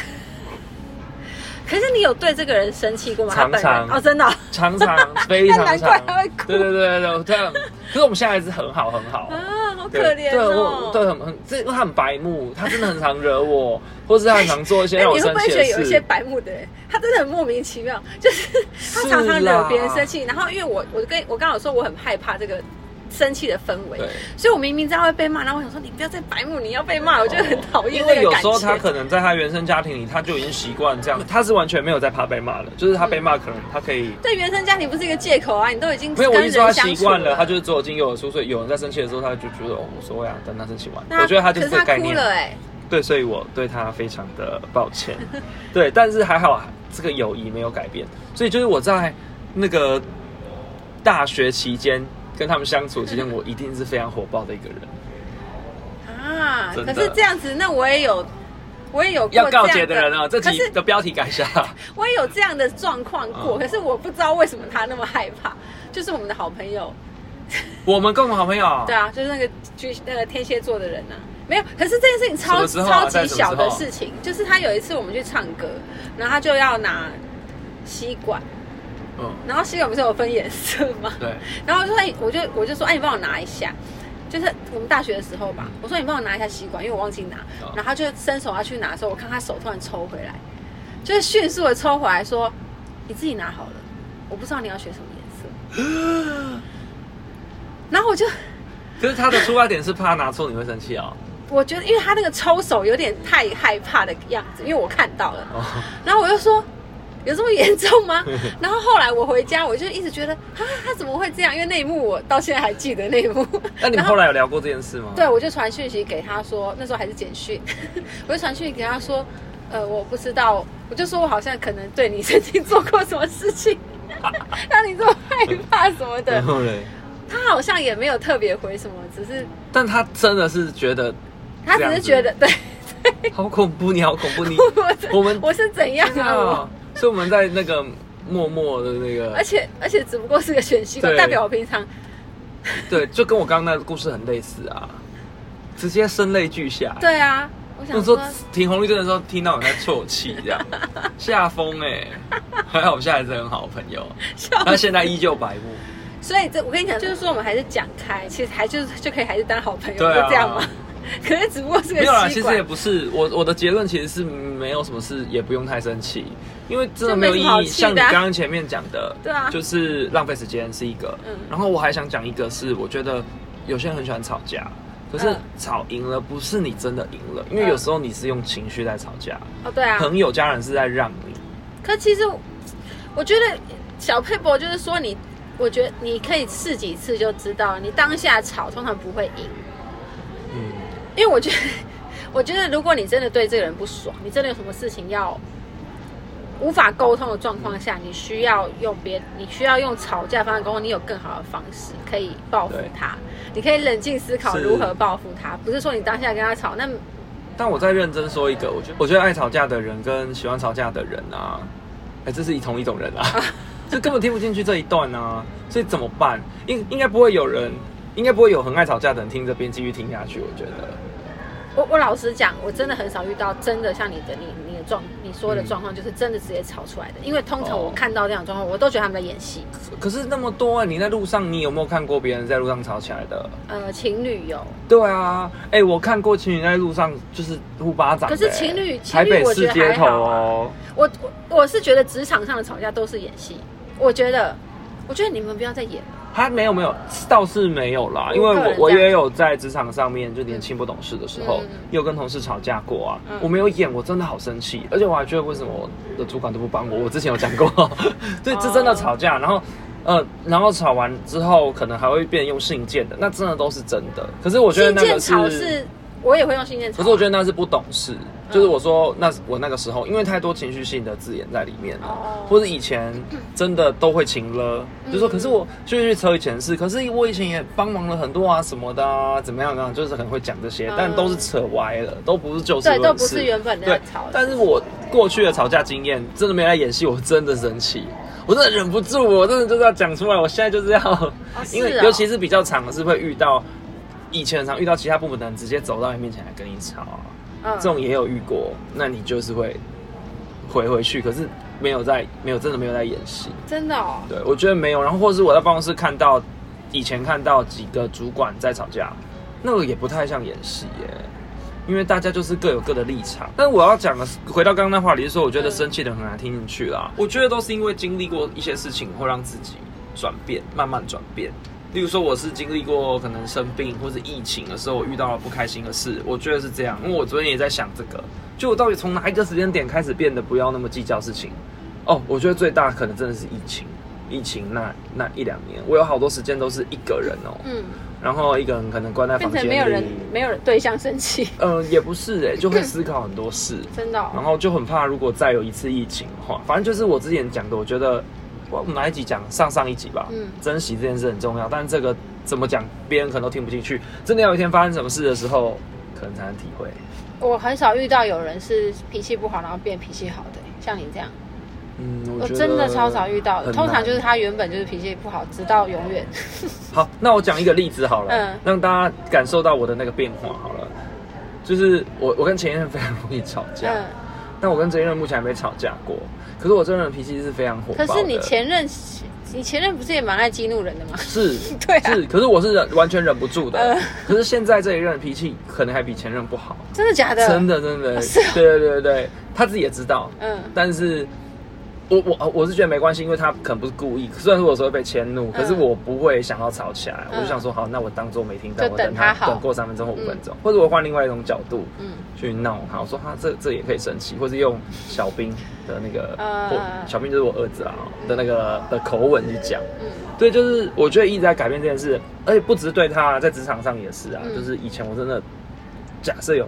Speaker 2: 可是你有对这个人生气过吗？他本人
Speaker 1: 常常
Speaker 2: 哦，真的哦、
Speaker 1: 常 常非常
Speaker 2: 难
Speaker 1: 常，
Speaker 2: 怪他会哭
Speaker 1: 对对对对，这样。可是我们现在还是很好很好。
Speaker 2: 啊，好可
Speaker 1: 对
Speaker 2: 怜
Speaker 1: 对，
Speaker 2: 哦
Speaker 1: 我。对很很，这因为他很白目，他真的很常惹我，或是他很常做 一些让
Speaker 2: 那
Speaker 1: 我
Speaker 2: 哎你会
Speaker 1: 生
Speaker 2: 不会
Speaker 1: 气
Speaker 2: 觉
Speaker 1: 的
Speaker 2: 得有一些
Speaker 1: 事。
Speaker 2: 白目的人，他真的很莫名其妙，就是他常常
Speaker 1: 是啦
Speaker 2: 惹别人生气。然后因为我，我跟我刚好说我很害怕这个生气的氛围
Speaker 1: 对，
Speaker 2: 所以我明明知道会被骂，然后我想说你不要再白目，你要被骂，我就很讨厌
Speaker 1: 因
Speaker 2: 那
Speaker 1: 为
Speaker 2: 个
Speaker 1: 有
Speaker 2: 感
Speaker 1: 时候他
Speaker 2: 觉。
Speaker 1: 可能在他原生家庭里，他就已经习惯这样，他是完全没有在怕被骂的，就是他
Speaker 2: 嗯
Speaker 1: 被骂可能他可以。
Speaker 2: 对原生家庭不是一个借口啊，你都已经
Speaker 1: 没有，我一
Speaker 2: 跟
Speaker 1: 直说他
Speaker 2: 人相
Speaker 1: 习
Speaker 2: 处
Speaker 1: 惯了，他就是左耳进右耳出，所以有人在生气的时候，他就觉得哦无所谓啊，等他生气完。
Speaker 2: 那
Speaker 1: 我觉得他就是
Speaker 2: 可
Speaker 1: 这个
Speaker 2: 是他
Speaker 1: 概
Speaker 2: 哭
Speaker 1: 念。
Speaker 2: 了哎，
Speaker 1: 对，所以我对他非常的抱歉。对，但是还好这个友谊没有改变，所以就是我在那个大学期间跟他们相处期间，我一定是非常火爆的一个 人。
Speaker 2: 啊，
Speaker 1: 真
Speaker 2: 可
Speaker 1: 的
Speaker 2: 是这样子，那我也有，我也有过
Speaker 1: 要告
Speaker 2: 这
Speaker 1: 诫
Speaker 2: 样
Speaker 1: 的人啊，这
Speaker 2: 可
Speaker 1: 集
Speaker 2: 是
Speaker 1: 的标题改一下。
Speaker 2: 我也有这样的状况过，
Speaker 1: 嗯
Speaker 2: 可是我不知道为什么他那么害怕。就是我们的好朋友，
Speaker 1: 我们共同好朋友，
Speaker 2: 对啊，就是那个巨那个天蝎座的人呐、啊没有。可是这件事情超、
Speaker 1: 什么时候啊
Speaker 2: 超
Speaker 1: 在
Speaker 2: 级
Speaker 1: 什么时候
Speaker 2: 小的事情，就是他有一次我们去唱歌，然后他就要拿吸管，
Speaker 1: 嗯，
Speaker 2: 然后吸管不是有分颜色吗？
Speaker 1: 对，
Speaker 2: 然后我就说，哎我就我就说，哎，你帮我拿一下。就是我们大学的时候吧，我说你帮我拿一下吸管，因为我忘记拿。
Speaker 1: 哦
Speaker 2: 然后他就伸手要去拿的时候，我看他手突然抽回来，就是迅速的抽回来说：“你自己拿好了，我不知道你要选什么颜色。” 然后我就
Speaker 1: 可是他的出发点是怕拿错你会生气哦。
Speaker 2: 我觉得，因为他那个抽手有点太害怕的样子，因为我看到了。
Speaker 1: 哦，
Speaker 2: 然后我就说。有这么严重吗？ 然后后来我回家，我就一直觉得啊，他怎么会这样？因为那一幕我到现在还记得那一幕。
Speaker 1: 那你们
Speaker 2: 然
Speaker 1: 后来有聊过这件事吗？
Speaker 2: 对，我就传讯息给他说，那时候还是简讯， 我就传讯息给他说，呃，我不知道，我就说我好像可能对你曾经做过什么 事情， 让你这么害怕什么的
Speaker 1: 然。后嘞，
Speaker 2: 他好像也没有特别回什么，只是
Speaker 1: 但他真的是觉得
Speaker 2: 他只是觉得，对
Speaker 1: 好恐怖，你好恐怖，你
Speaker 2: 我是
Speaker 1: 我们
Speaker 2: 我是怎样啊我。
Speaker 1: 啊，所以我们在那个默默的那个，
Speaker 2: 而且而且只不过是个选习惯，
Speaker 1: 对
Speaker 2: 代表我平常
Speaker 1: 对，就跟我刚刚那个故事很类似啊，直接声泪俱下。，
Speaker 2: 对啊，我想
Speaker 1: 那时候
Speaker 2: 说
Speaker 1: 停红绿灯的时候，听到有人在啜泣，这 样吓疯哎。还好我们现在还是很好的朋友，
Speaker 2: 笑
Speaker 1: 但现在依旧白目。
Speaker 2: 所以这我跟你讲，就是说我们还是讲开，其实还就是就可以还是当好朋友，
Speaker 1: 对啊
Speaker 2: 就这样嘛。 可是只不过是 个
Speaker 1: 没有啦，
Speaker 2: 习
Speaker 1: 其实
Speaker 2: 惯
Speaker 1: 也不是，我我的结论其实是没有什么事，也不用太生气，因为真的没有意
Speaker 2: 这没什么好
Speaker 1: 义。
Speaker 2: 气的啊
Speaker 1: 像你刚刚前面讲的，
Speaker 2: 对啊
Speaker 1: 就是浪费时间是一个。
Speaker 2: 嗯
Speaker 1: 然后我还想讲一个是，我觉得有些人很喜欢吵架，可是
Speaker 2: 嗯
Speaker 1: 吵赢了不是你真的赢了，因为有时候你是用情绪在吵架，
Speaker 2: 哦，对啊。
Speaker 1: 朋友家人是在让你。
Speaker 2: 可其实我我觉得小佩博就是说你，我觉得你可以试几次就知道，你当下吵通常不会赢，
Speaker 1: 嗯，
Speaker 2: 因为我觉得 我觉得如果你真的对这个人不爽，你真的有什么事情要。无法沟通的状况下，你需要用别，你需要用吵架方式沟通，你有更好的方式可以报复
Speaker 1: 对
Speaker 2: 他，你可以冷静思考
Speaker 1: 是
Speaker 2: 如何报复他，不是说你当下跟他吵，那
Speaker 1: 但我再认真说一个，我觉得我觉得爱吵架的人跟喜欢吵架的人啊，哎、这是一同一种 人啊，就根本听不进去这一段啊，所以怎么办？应应该不会有人应该不会有很爱吵架的人听这边继续听下去。我觉得，
Speaker 2: 我我老实讲，我真的很少遇到真的像你的你你的状你说的状况，就是真的直接吵出来的。因为通常
Speaker 1: 哦
Speaker 2: 我看到这样的状况，我都觉得他们在演戏。
Speaker 1: 可是那么多、啊，你在路上，你有没有看过别人在路上吵起来的？
Speaker 2: 呃，情侣有，
Speaker 1: 对啊，哎、我看过情侣在路上就是互巴掌的、欸
Speaker 2: 可是情侣情
Speaker 1: 台
Speaker 2: 侣
Speaker 1: 北
Speaker 2: 我觉
Speaker 1: 市
Speaker 2: 得
Speaker 1: 街
Speaker 2: 还
Speaker 1: 头
Speaker 2: 好啊。
Speaker 1: 哦，
Speaker 2: 我我我是觉得职场上的吵架都是演戏，我觉得，我觉得你们不要再演了。
Speaker 1: 他没有没有，倒是没有啦，
Speaker 2: 我
Speaker 1: 因为
Speaker 2: 个人
Speaker 1: 我我
Speaker 2: 这样
Speaker 1: 也有在职场上面就年轻不懂事的时候，
Speaker 2: 嗯
Speaker 1: 也有跟同事吵架过啊。
Speaker 2: 嗯
Speaker 1: 我没有演，我真的好生气，而且我还觉得为什么我的主管都不帮我？我之前有讲过， 对，这真的吵架，然后。呃，然后吵完之后，可能还会变用信件的，那真的都是真的。可是我觉得
Speaker 2: 信
Speaker 1: 那个
Speaker 2: 件
Speaker 1: 是，
Speaker 2: 吵是，嗯我也会用信件吵。
Speaker 1: 可是我觉得那是不懂事。就是我说，那我那个时候，因为太多情绪性的字眼在里面了，
Speaker 2: 哦
Speaker 1: 或者以前真的都会请了，
Speaker 2: 嗯
Speaker 1: 就说可是我就去扯以前的事，可是我以前也帮忙了很多啊什么的啊，怎么样怎么样，就是很会讲这些
Speaker 2: 嗯，
Speaker 1: 但都是扯歪了，都不是就事
Speaker 2: 对，
Speaker 1: 论事，
Speaker 2: 都不是原本那
Speaker 1: 对
Speaker 2: 样吵，的。
Speaker 1: 但是我过去的吵架经验，真的没来演戏，我真的生气，我真的忍不住，我真的就是要讲出来，我现在就是要， 因为
Speaker 2: 是哦
Speaker 1: 尤其是比较长的是会遇到，以前常遇到其他部门的人直接走到你面前来跟你吵啊、
Speaker 2: 嗯
Speaker 1: 这种也有遇过，那你就是会回回去，可是没有在没有真的没有在演戏。
Speaker 2: 真的哦，
Speaker 1: 对，我觉得没有。然后或是我在办公室看到以前看到几个主管在吵架，那个也不太像演戏耶，因为大家就是各有各的立场。但我要讲的是，回到刚刚那话题是说，我觉得
Speaker 2: 嗯
Speaker 1: 生气的很难听进去啦。我觉得都是因为经历过一些事情，会让自己转变，慢慢转变。例如说，我是经历过可能生病或者疫情的时候，我遇到了不开心的事，我觉得是这样。因为我昨天也在想这个，就我到底从哪一个时间点开始变得不要那么计较事情？哦，我觉得最大可能真的是疫情，疫情那那一两年，我有好多时间都是一个人哦，
Speaker 2: 嗯，
Speaker 1: 然后一个人可能关在
Speaker 2: 变
Speaker 1: 房
Speaker 2: 成
Speaker 1: 间里，
Speaker 2: 没有人没有人对象生气，
Speaker 1: 呃，也不是哎、就会思考很多事，
Speaker 2: 真的哦。
Speaker 1: 然后就很怕如果再有一次疫情的话，反正就是我之前讲的，我觉得我们哪一集讲上上一集吧，
Speaker 2: 嗯
Speaker 1: 珍惜这件事很重要，但这个怎么讲，别人可能都听不进去，真的要有一天发生什么事的时候，可能才能体会。
Speaker 2: 我很少遇到有人是脾气不好然后变脾气好的，像你这样，
Speaker 1: 嗯，我
Speaker 2: 我
Speaker 1: 觉得
Speaker 2: 真的超少遇到的。
Speaker 1: 很
Speaker 2: 通常
Speaker 1: 难
Speaker 2: 就是他原本就是脾气不好，直到永远。
Speaker 1: 好，那我讲一个例子好了，
Speaker 2: 嗯
Speaker 1: 让大家感受到我的那个变化好了。就是我，我跟前一任非常容易吵架，
Speaker 2: 嗯，
Speaker 1: 但我跟这一任目前还没吵架过。可是我这个人脾气是非常火爆
Speaker 2: 可
Speaker 1: 的。
Speaker 2: 是你前任，你前任不是也蛮爱激怒人的吗？
Speaker 1: 是
Speaker 2: 对 啊
Speaker 1: 是，可是我是忍完全忍不住的。
Speaker 2: 嗯
Speaker 1: 可是现在这一任脾气可能还比前任不好，
Speaker 2: 真的假的？
Speaker 1: 真。的真的，
Speaker 2: 哦是哦
Speaker 1: 对对对对，他自己也知道，
Speaker 2: 嗯
Speaker 1: 但是我呃我我是觉得没关系，因为他可能不是故意。虽然说有时候会被迁怒，可是我不会想要吵起来，
Speaker 2: 嗯
Speaker 1: 我就想说好，那我当做没听到，
Speaker 2: 就
Speaker 1: 我
Speaker 2: 等他
Speaker 1: 他
Speaker 2: 好
Speaker 1: 等过三分钟或五分钟，或者我换另外一种角度
Speaker 2: 嗯，
Speaker 1: 去闹他，我说他这这也可以生气，或是用小兵的那个，
Speaker 2: 嗯
Speaker 1: 或小兵就是我儿子啊的那个的口吻去讲。
Speaker 2: 嗯
Speaker 1: 对，就是我觉得一直在改变这件事，而且不只是对他，在职场上也是啊。
Speaker 2: 嗯
Speaker 1: 就是以前我真的，假设有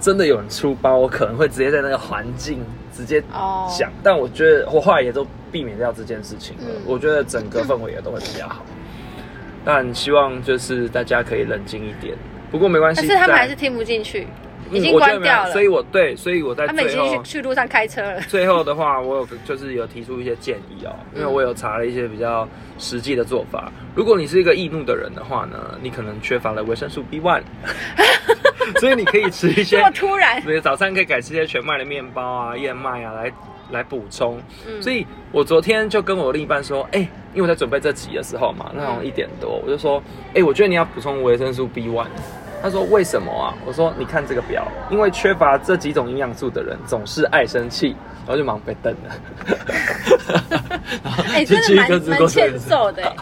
Speaker 1: 真的有人出包，我可能会直接在那个环境直接
Speaker 2: 哦
Speaker 1: 讲，但我觉得我后来也都避免掉这件事情了。
Speaker 2: 嗯
Speaker 1: 我觉得整个氛围也都会比较好。但希望就是大家可以冷静一点，不过没关系。
Speaker 2: 但是他们
Speaker 1: 在
Speaker 2: 还是听不进去，
Speaker 1: 嗯
Speaker 2: 已经
Speaker 1: 我觉得
Speaker 2: 关
Speaker 1: 没有
Speaker 2: 掉了。
Speaker 1: 所以我对，所以我在
Speaker 2: 他们已
Speaker 1: 最
Speaker 2: 经
Speaker 1: 后
Speaker 2: 去去路上开车了。
Speaker 1: 最后的话，我有就是有提出一些建议哦，因为我有查了一些比较实际的做法。如果你是一个易怒的人的话呢，你可能缺乏了维生素 B one，所以你可以吃一
Speaker 2: 这
Speaker 1: 些
Speaker 2: 么，突 然，
Speaker 1: 比如早餐可以改吃一些全麦的面包啊、燕麦啊来来补充。
Speaker 2: 嗯
Speaker 1: 所以我昨天就跟我另一半说，哎、因为我在准备这集的时候嘛，那
Speaker 2: 嗯
Speaker 1: 种一点多，我就说，哎、我觉得你要补充维生素 B one。他说为什么啊？我说你看这个表，因为缺乏这几种营养素的人总是爱生气，然后就忙被瞪了。
Speaker 2: 哎、
Speaker 1: 就
Speaker 2: 真
Speaker 1: 吃
Speaker 2: 的
Speaker 1: 一
Speaker 2: 蛮
Speaker 1: 颗紫
Speaker 2: 蛮
Speaker 1: 果水
Speaker 2: 欠揍的、欸。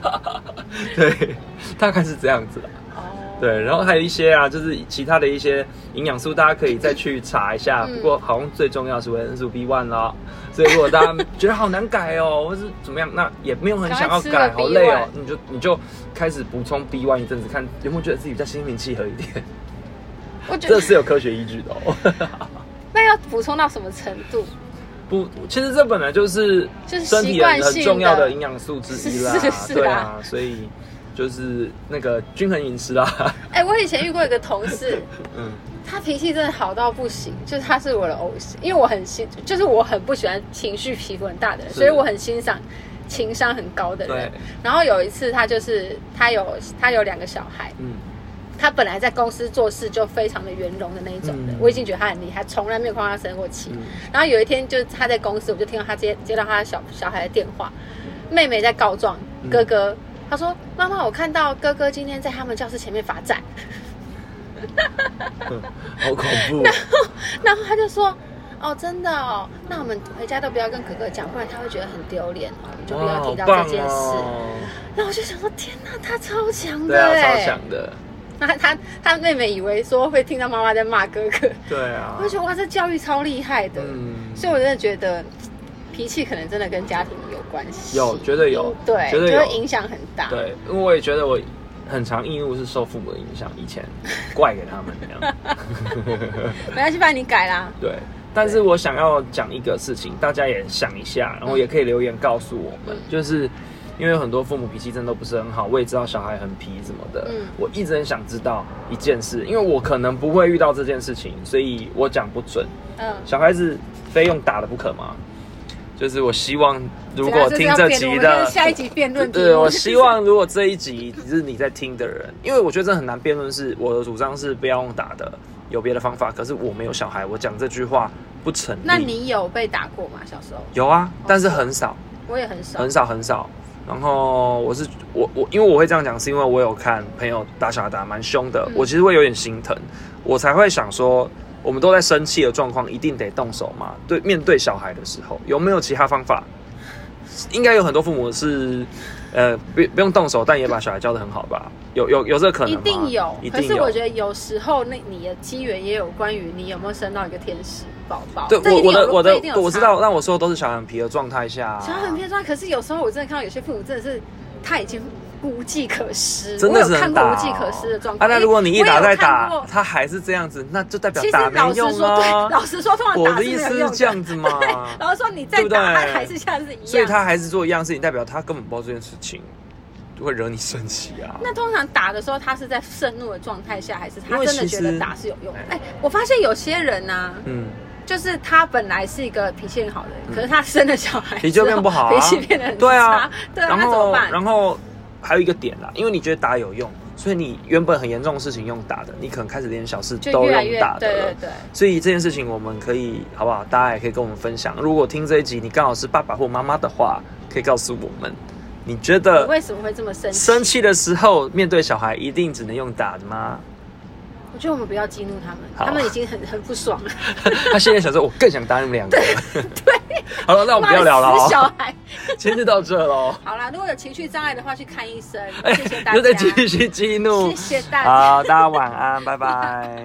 Speaker 1: 对，大概是这样子啦。
Speaker 2: 哦，
Speaker 1: 对，然后还有一些啊，就是其他的一些营养素，大家可以再去查一下。
Speaker 2: 嗯
Speaker 1: 不过好像最重要是维生素 B one 啦，所以如果大家觉得好难改哦， 或是怎么样，那也没有很想要改，
Speaker 2: 赶快吃个
Speaker 1: 好累哦
Speaker 2: B1，
Speaker 1: 你就你就开始补充 B one 一阵子，看有没有觉得自己比较心平气和一点。
Speaker 2: 我觉
Speaker 1: 这
Speaker 2: 得
Speaker 1: 是有科学依据的哦。
Speaker 2: 那要补充到什么程度？
Speaker 1: 不，其实这本来就是
Speaker 2: 就是
Speaker 1: 身体
Speaker 2: 习惯
Speaker 1: 很
Speaker 2: 性
Speaker 1: 很重要
Speaker 2: 的
Speaker 1: 的营养素之一啦，
Speaker 2: 是 是
Speaker 1: 对
Speaker 2: 啦
Speaker 1: 啊，所以就是那个均衡饮食啦。
Speaker 2: 哎、我以前遇过一个同事，
Speaker 1: 嗯，
Speaker 2: 他脾气真的好到不行，就是他是我的偶像，因为我很欣，就是我很不喜欢情绪起伏很大的人，
Speaker 1: 是
Speaker 2: 所以我很欣赏情商很高的人
Speaker 1: 对。，
Speaker 2: 然后有一次，他就是他有他有两个小孩，
Speaker 1: 嗯，
Speaker 2: 他本来在公司做事就非常的圆融的那一种的，
Speaker 1: 嗯
Speaker 2: 我已经觉得他很厉害，从来没有看到他生过气。
Speaker 1: 嗯
Speaker 2: 然后有一天，就是他在公司，我就听到他接接到他的小小孩的电话，妹妹在告状
Speaker 1: 嗯
Speaker 2: 哥哥，他说：“妈妈，我看到哥哥今天在他们教室前面罚站。
Speaker 1: 嗯好恐怖，”哦
Speaker 2: 然后他就说：“哦，真的哦，那我们回家都不要跟哥哥讲，不然他会觉得很丢脸哦，我们就不
Speaker 1: 哇，
Speaker 2: 要
Speaker 1: 好
Speaker 2: 提到
Speaker 1: 棒
Speaker 2: 这件事。
Speaker 1: 哦，
Speaker 2: 然后我就想说：“天哪，他超强
Speaker 1: 对
Speaker 2: 的
Speaker 1: 啊，
Speaker 2: 哎、
Speaker 1: 超强的，
Speaker 2: 那他他他妹妹以为说会听到妈妈在骂哥哥，
Speaker 1: 对啊
Speaker 2: 我，就觉得哇，这教育超厉害的。
Speaker 1: 嗯
Speaker 2: 所以我真的觉得脾气可能真的跟家庭有关系，
Speaker 1: 有绝对有
Speaker 2: 嗯对，
Speaker 1: 绝对
Speaker 2: 就
Speaker 1: 有
Speaker 2: 会影响很大。
Speaker 1: 对，因为我也觉得我很常易怒是受父母的影响，以 前怪给他们那样。
Speaker 2: 没关系，反正你改啦。
Speaker 1: 对，但是我想要讲一个事情，大家也想一下，然后也可以留言告诉我们，
Speaker 2: 嗯
Speaker 1: 就是因为很多父母脾气真的都不是很好，我也知道小孩很皮什么的，
Speaker 2: 嗯
Speaker 1: 我一直很想知道一件事，因为我可能不会遇到这件事情，所以我讲不准。
Speaker 2: 嗯，
Speaker 1: 小孩子非用打的不可吗？就是我希望，如果
Speaker 2: 这个
Speaker 1: 听
Speaker 2: 啊要
Speaker 1: 这
Speaker 2: 辩论
Speaker 1: 集
Speaker 2: 我
Speaker 1: 的
Speaker 2: 们下一集辩论题哦目
Speaker 1: 对，我希望如果这一集是你在听的人，因为我觉得这很难辩论，是我的主张是不要用打的，有别的方法。可是我没有小孩，我讲这句话不成立。
Speaker 2: 那你有被打过吗？小时候
Speaker 1: 有啊，但是很少，
Speaker 2: 我也很少，
Speaker 1: 很少，很少。然后我是我我，因为我会这样讲，是因为我有看朋友打小孩打得蛮凶的
Speaker 2: 嗯，
Speaker 1: 我其实会有点心疼，我才会想说，我们都在生气的状况，一定得动手嘛。对，面对小孩的时候，有没有其他方法？应该有很多父母是，呃，不不用动手，但也把小孩教得很好吧？有有有这个可能
Speaker 2: 一
Speaker 1: 吗？
Speaker 2: 定有。
Speaker 1: 一
Speaker 2: 可
Speaker 1: 定
Speaker 2: 是我
Speaker 1: 有。
Speaker 2: 觉得有时候那你的机缘也有关于你有没有生到一个天使宝宝。
Speaker 1: 对
Speaker 2: 这一
Speaker 1: 我我
Speaker 2: 定
Speaker 1: 的
Speaker 2: 有
Speaker 1: 我
Speaker 2: 这
Speaker 1: 的
Speaker 2: 一定有
Speaker 1: 我知
Speaker 2: 差
Speaker 1: 道，但我说的都是小孩很皮的状态下啊，
Speaker 2: 小孩很偏专，可是有时候我真的看到有些父母真的是他已经无计可施，
Speaker 1: 真的是
Speaker 2: 我有看
Speaker 1: 很
Speaker 2: 过
Speaker 1: 打、
Speaker 2: 无
Speaker 1: 哦、
Speaker 2: 计可施的状
Speaker 1: 啊，
Speaker 2: 况。
Speaker 1: 那如果你一
Speaker 2: 因为我
Speaker 1: 打
Speaker 2: 有
Speaker 1: 再
Speaker 2: 看
Speaker 1: 打
Speaker 2: 过，
Speaker 1: 他还是这样子，那就代表
Speaker 2: 其实
Speaker 1: 打没
Speaker 2: 老实
Speaker 1: 用
Speaker 2: 说，对，
Speaker 1: 啊。
Speaker 2: 老实说，通常
Speaker 1: 我
Speaker 2: 打
Speaker 1: 的
Speaker 2: 是
Speaker 1: 意
Speaker 2: 没有
Speaker 1: 思
Speaker 2: 用
Speaker 1: 是这样 子嘛，
Speaker 2: 然后说你再
Speaker 1: 对不对
Speaker 2: 打，他还是下次一样。
Speaker 1: 所以他还是做一样事情，代表他根本不知道这件事情，就会惹你生气啊。
Speaker 2: 那通常打的时候，他是在盛怒的状态下，还是
Speaker 1: 因
Speaker 2: 他
Speaker 1: 为
Speaker 2: 真的
Speaker 1: 其
Speaker 2: 觉
Speaker 1: 实
Speaker 2: 得打是有用的？哎、我发现有些人呢、啊，
Speaker 1: 嗯，
Speaker 2: 就是他本来是一个脾气很好的人，
Speaker 1: 嗯
Speaker 2: 可是他生了小孩之后，
Speaker 1: 脾气就变不好啊
Speaker 2: 脾气变得很
Speaker 1: 对啊
Speaker 2: 差，对啊，
Speaker 1: 然
Speaker 2: 那怎么
Speaker 1: 后
Speaker 2: 办？
Speaker 1: 然后还有一个点啦，因为你觉得打有用，所以你原本很严重的事情用打的，你可能开始连小事
Speaker 2: 就
Speaker 1: 都
Speaker 2: 越来
Speaker 1: 用
Speaker 2: 越
Speaker 1: 打的
Speaker 2: 对
Speaker 1: 了。
Speaker 2: 对对，
Speaker 1: 所以这件事情我们可以好不好？大家也可以跟我们分享。如果听这一集你刚好是爸爸或妈妈的话，可以告诉我们，你觉
Speaker 2: 你
Speaker 1: 得
Speaker 2: 为什么会这么生气？
Speaker 1: 生气的时候面对小孩一定只能用打的 吗？
Speaker 2: 我觉得我们不要激怒他们，
Speaker 1: 好
Speaker 2: 他们已经很很不爽了。
Speaker 1: 他现在想说，我更想打你们两个。对， 好 了，那我们不要聊了
Speaker 2: 骂死小
Speaker 1: 哦，
Speaker 2: 孩。
Speaker 1: 今天就到这哦喽。
Speaker 2: 好啦，如果有情绪障碍的话，去看医生。
Speaker 1: 哎
Speaker 2: 谢谢大，家，
Speaker 1: 又在继续激怒
Speaker 2: 谢。谢大家。
Speaker 1: 好，大家晚安，拜拜。